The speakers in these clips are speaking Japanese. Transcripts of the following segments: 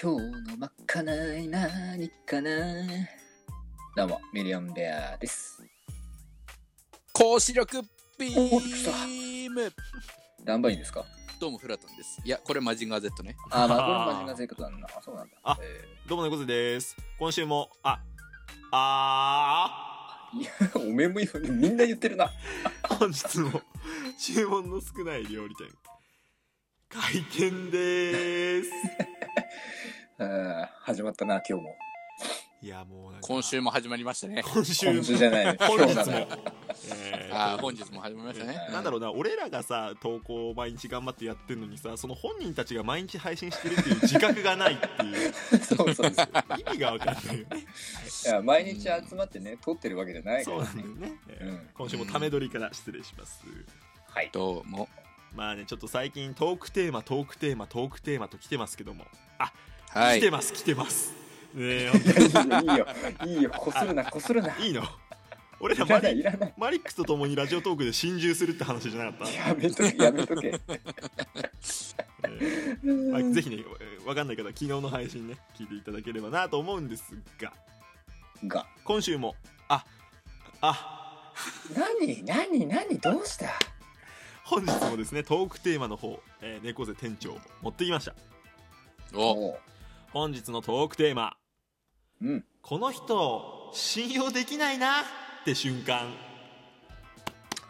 今日のまかない何かなどうも、ミリオンベアです。高視力ビお来たーム何番いいですかどうもフラタンですいやこれマジンガー Z ねあー、まあーあ、これマジンガー生活なんだ。あ、そうなんだ。あえどうも猫背です。今週も、あ、あー おめえも今みんな言ってるな。ー本日も、注文の少ない料理店、開店でーす。あー始まったな、今日も。いや、もうなんか、今週も始まりましたね今週も、今週じゃない。 本今日日なのもよ。、えーあー本日も始まりましたねなんだろうな俺らがさ投稿を毎日頑張ってやってるのにさその本人たちが毎日配信してるっていう自覚がないっていうそうそうそう。意味が分かんないよねいや、毎日集まってね、撮ってるわけじゃないかそうらな。んだよね、えーうん今週もため撮りから失礼します、はい。どうもまあねちょっと最近トークテーマトークテーマトークテーマと来てますけどもあ、は来ています来てますねえいやいいよ、いいよ、いいよ、こするな、こするな。いいの 俺らいマらない、リいらない。マリックスと共にラジオトークで心中するって話じゃなかっやめとけ、やめとけ。た、えーまあ、ぜひねえーわかんない方は昨日の配信ね聞いていただければなと思うんですがが。今週もああ何、何、何、どうした本日もですねトークテーマの方、えー猫背店長持ってきましたおも本日のトークテーマう。うん。この人信用できないなって瞬間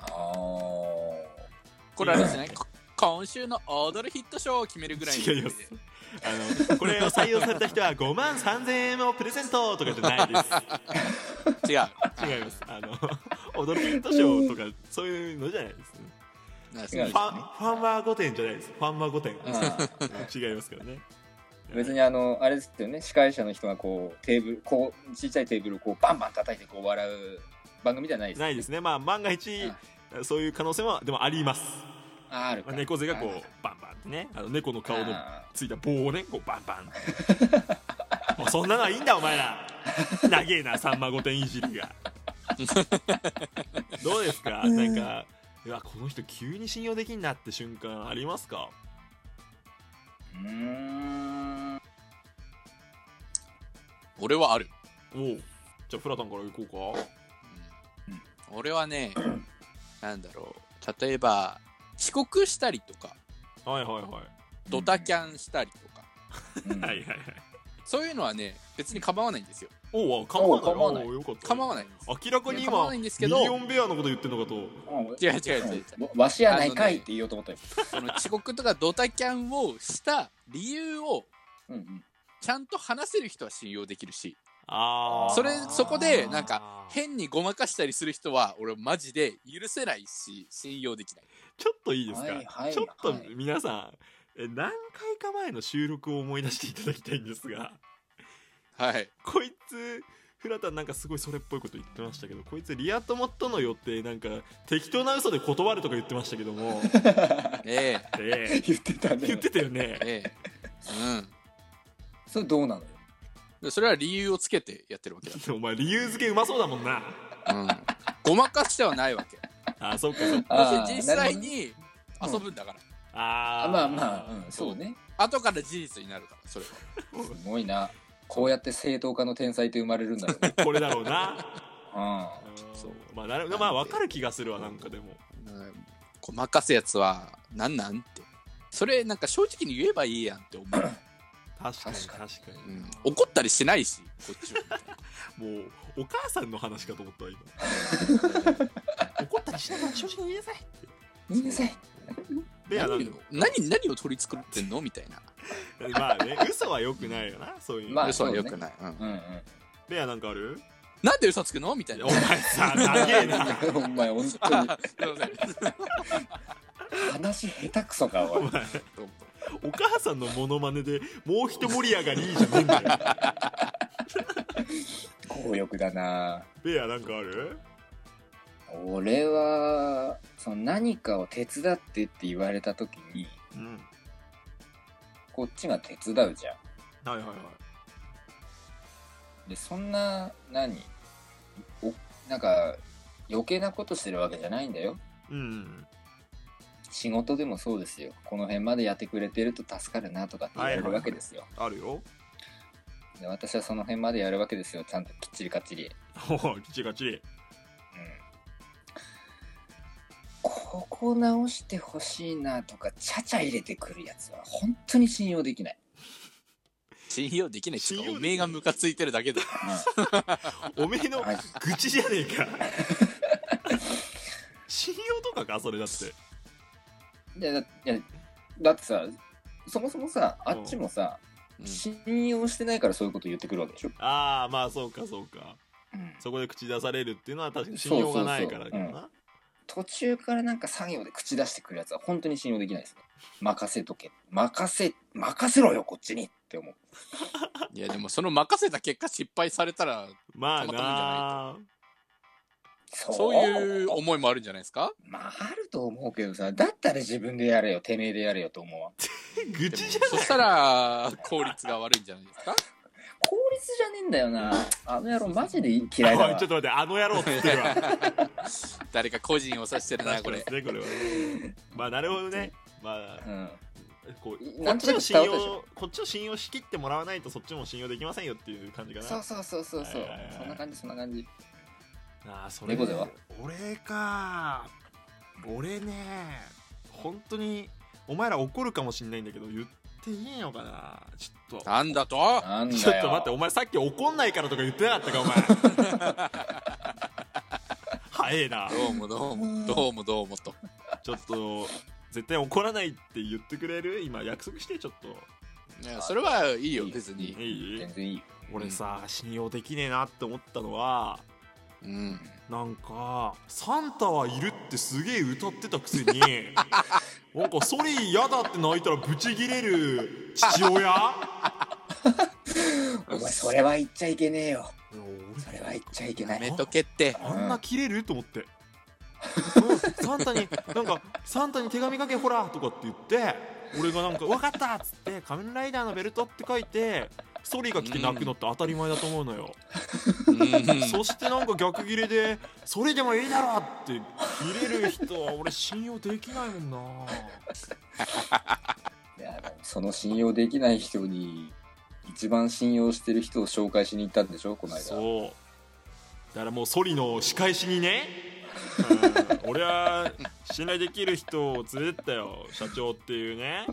ああ。これあれですねこ今週の踊るヒット賞を決めるぐらいの違いますあのこれを採用された人は5万3000円をプレゼントとかじゃないです違う違いますあの踊るヒットショーとかそういうのじゃないですな違うんフかァンファンマー御殿じゃないですファンマー御殿あ違いますからね 別にあのあれですよね司会者の人がこうテーブルこう小さいテーブルをこうバンバン叩いてこう笑う番組ではないですないですねまあ万が一そういう可能性はでもあります、ああるかまあ、猫背がこうあバンバンってねあの猫の顔のあついた棒をねこうバンバン もうそんなのはいいんだお前ら長えなさんま御殿いじりが どうですかなんかいやこの人急に信用できんなって瞬間ありますかーうーん俺はあるおうじゃあフラタンから行こうか俺はねなんだろう例えば遅刻したりとかはいはいはいドタキャンしたりとかうんはいはいはいそういうのはね別に構わないんですよおうあ構おうわない構わないおうよかった構わないんです明らかにいや構わ今ないんミですけリどオンベアのこと言ってんのかとうん違う違う違う違うわわしやないかいって言おうと思ったよ、その遅刻とかドタキャンをした理由をうんうんちゃんと話せる人は信用できるしあーそれそこでなんか変にごまかしたりする人は俺マジで許せないし信用できないちょっといいですか、はいはいちょっとはい皆さん、え何回か前の収録を思い出していただきたいんで すがはいこいつフラタンなんかすごいそれっぽいこと言ってましたけどこいつリア友との予定なんか適当な嘘で断るとか言ってましたけ ども、ええ言ってたえね言ってたよねえええそれどうなのようんそれは理由をつけてやってるわけお前理由付けうまそうだもんな だ、うん、ごまかしてはないわけあそっかそっかあ私ーな実る際ほどねにうん遊ぶんだから、ああーまあまあ、うん、そうね後から事実になるからそれはすごいなこうやって正当化の天才って生まれるんだよ、ね、これだろ うなあそうまあなるまあ分かる気がするわなんかでもうんごまかすやつはなんなんってそれなんか正直に言えばいいやんって思う、確かに確確かかにうん、怒ったりしないしこっちはもうお母さんの話かと思ったわ今怒ったりしながら正直に言いなさい言いなさいベアなん何を何何を取り繕ってんのみたいなまあね嘘はよくないよなそういう、まあ嘘はそうねよくない、うんうんベアなんかあるなんで嘘つくのみたいなお前さ長 えなうんお前本当にすいません話下手くそかおおい前どうもお母さんのモノマネでもう一盛り上がりいいじゃねえんだよ強欲だなベアなんかある俺はその何かを手伝ってって言われた時にうんこっちが手伝うじゃはいはいはいんでそんな何おなんか余計なことしてるわけじゃないんだようん仕事でもそうですよこの辺までやってくれてると助かるなとかって言われるわけですよ、あるよで私はその辺までやるわけですよちゃんときっちりかっちり、うん、おおきちがちここ直してほしいなとかちゃちゃ入れてくるやつは本当に信用できない、 信用できないっすか信用でおきないめえがムカついてるだけだ。うおめえのんはい愚痴じゃねえか信用とかかそれだっていやだいやだってさそもそもさあっちもさ、 うん信用してないからそういうこと言ってくるわけでしょ、ああまあそうかそうかそこで口出されるっていうのは確かに信用がないからかなそうそう途中からなんか作業で口出してくるやつは本当に信用できないですね任せとけ任せ任せろよこっちにって思ういやでもその任せた結果失敗されたらまあたまたまなそそういう思いもあるんじゃないですかまああると思うけどさだったら自分でやれよてめえでやれよと思うわ愚でも痴じゃそしたら効率が悪いんじゃないですか効率じゃねえんだよ なあの野郎マジでな嫌いいだ おいわちょっと待ってあの野郎っつって るわ誰か個人を指してるなこれ確かにねこれはまあなるほどねまあうんこうこなっんとちなをく伝わっ信たでし用ょこっちを信用しきってもらわないとそっちも信用できませんよっていう感じかなそうそうそうそうそうはいはいはいそんな感じそんな感じあーそ猫背は俺か俺ね本当にお前ら怒るかもしんないんだけど言っていいのかなちょっとなんだとなんだよちょっと待ってお前さっき怒んないからとか言ってなかったかお前早えなどうもどうもどうもどうもとちょっと絶対怒らないって言ってくれる今約束してちょっといやそれはいいよ別いにい全然いいよ俺さ信用できねえなって思ったのはうんなんか「サンタはいる」ってすげえ歌ってたくせになんか「それ嫌だ」って泣いたらブチギレる父親お前それは言っちゃいけねえよ俺それは言っちゃいけなやいめとけってあんな切れると思って「うんサンタになんかサンタに手紙書けほら」とかって言って俺がなんか「分かった!」っつって「仮面ライダーのベルト」って書いてソリが来て泣くのって当たり前だと思うのよ、うんそしてなんか逆ギレで「それでもいいだろ!」って切れる人は俺信用できないもんないやでもその信用できない人に一番信用してる人を紹介しに行ったんでしょこの間そうだからもうソリの仕返しにね、うん俺は信頼できる人を連れてったよ社長っていうね、う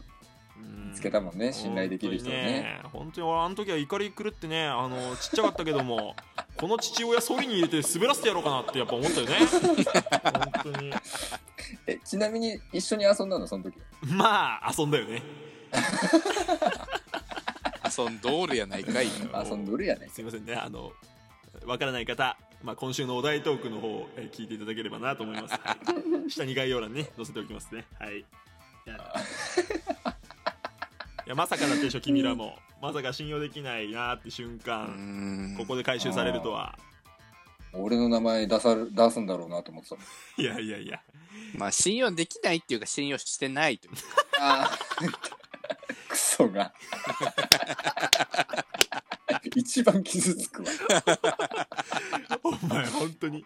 ん見つけたもんね信頼できる人をね本当にね本当に俺あの時は怒り狂ってねあのちっちゃかったけども この父親ソリに入れて滑らせてやろうかなってやっぱ思ったよね本当にえちなみに一緒に遊んだのその時まあ遊んだよね遊んどおるやないかいは遊んどるやねすいませんねあのわからない方、まあ、今週のお題トークの方をえー聞いていただければなと思います、はい下に概要欄に載せておきますねはいいや いやまさかだったでしょ君らもまさか信用できないなって瞬う間、んここで回収されるとは俺の名前出さる出すんだろうなと思ってたもんいやいやいやまあ信用できないっていうか信用してないというあークソが一番傷つくわお前本当に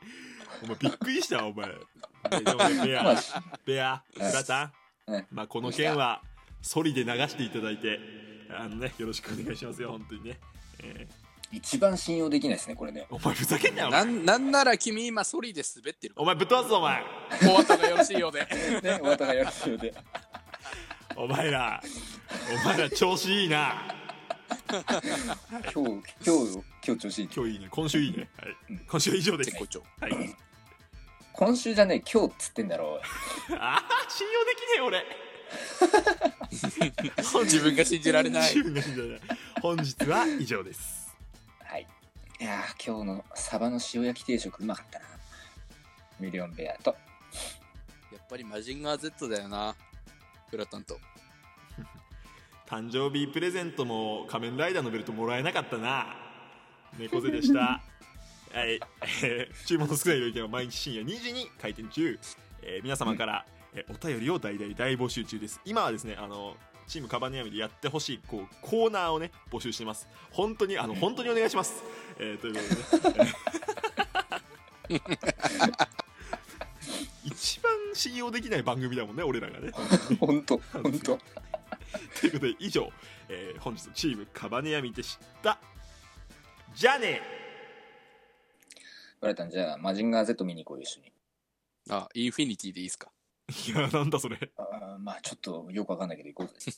お前びっくりしたわお前でもねベまアあベアフラタン、うんまあ、この件はソリで流していただいてあのねよろしくお願いしますよ本当にね、えー一番信用できないですねこれねお前ふざけんなよおな前んなんなら君今ソリで滑ってるお前ぶっ飛ばすぞお前 小技がよろしいようでねおたがやるしようでお前らお前ら調子いいな今日今日今日調子いい今日いいね今週いいね、はいうん、今週は以上です絶、好調はい、今週じゃねえ今日っつってんだろあー信用できねえ俺自分が信じられない自分が信じられない本日は以上ですはい。いやー今日のサバの塩焼き定食うまかったな。ミリオンベアと。やっぱりマジンガー Z だよなフラタンと誕生日プレゼントも仮面ライダーのベルトもらえなかったな猫背でしたはい、 えー注文の少ない料理店は毎日深夜2時に開店中、えー皆様から、えーお便りを大々大募集中です今はですねあのチームカバネアミでやってほしいこうコーナーをね募集してます本当にあの本当にお願いします、えーということでねえー一番信用できない番組だもんね俺らがね本当 本当ということで以上、えー本日のチームカバネヤミでしたじゃあねバレたんじゃあマジンガー Z 見に行こうよ一緒にあ、インフィニティでいいですかいやなんだそれあーまあちょっとよくわかんないけど行こうぜ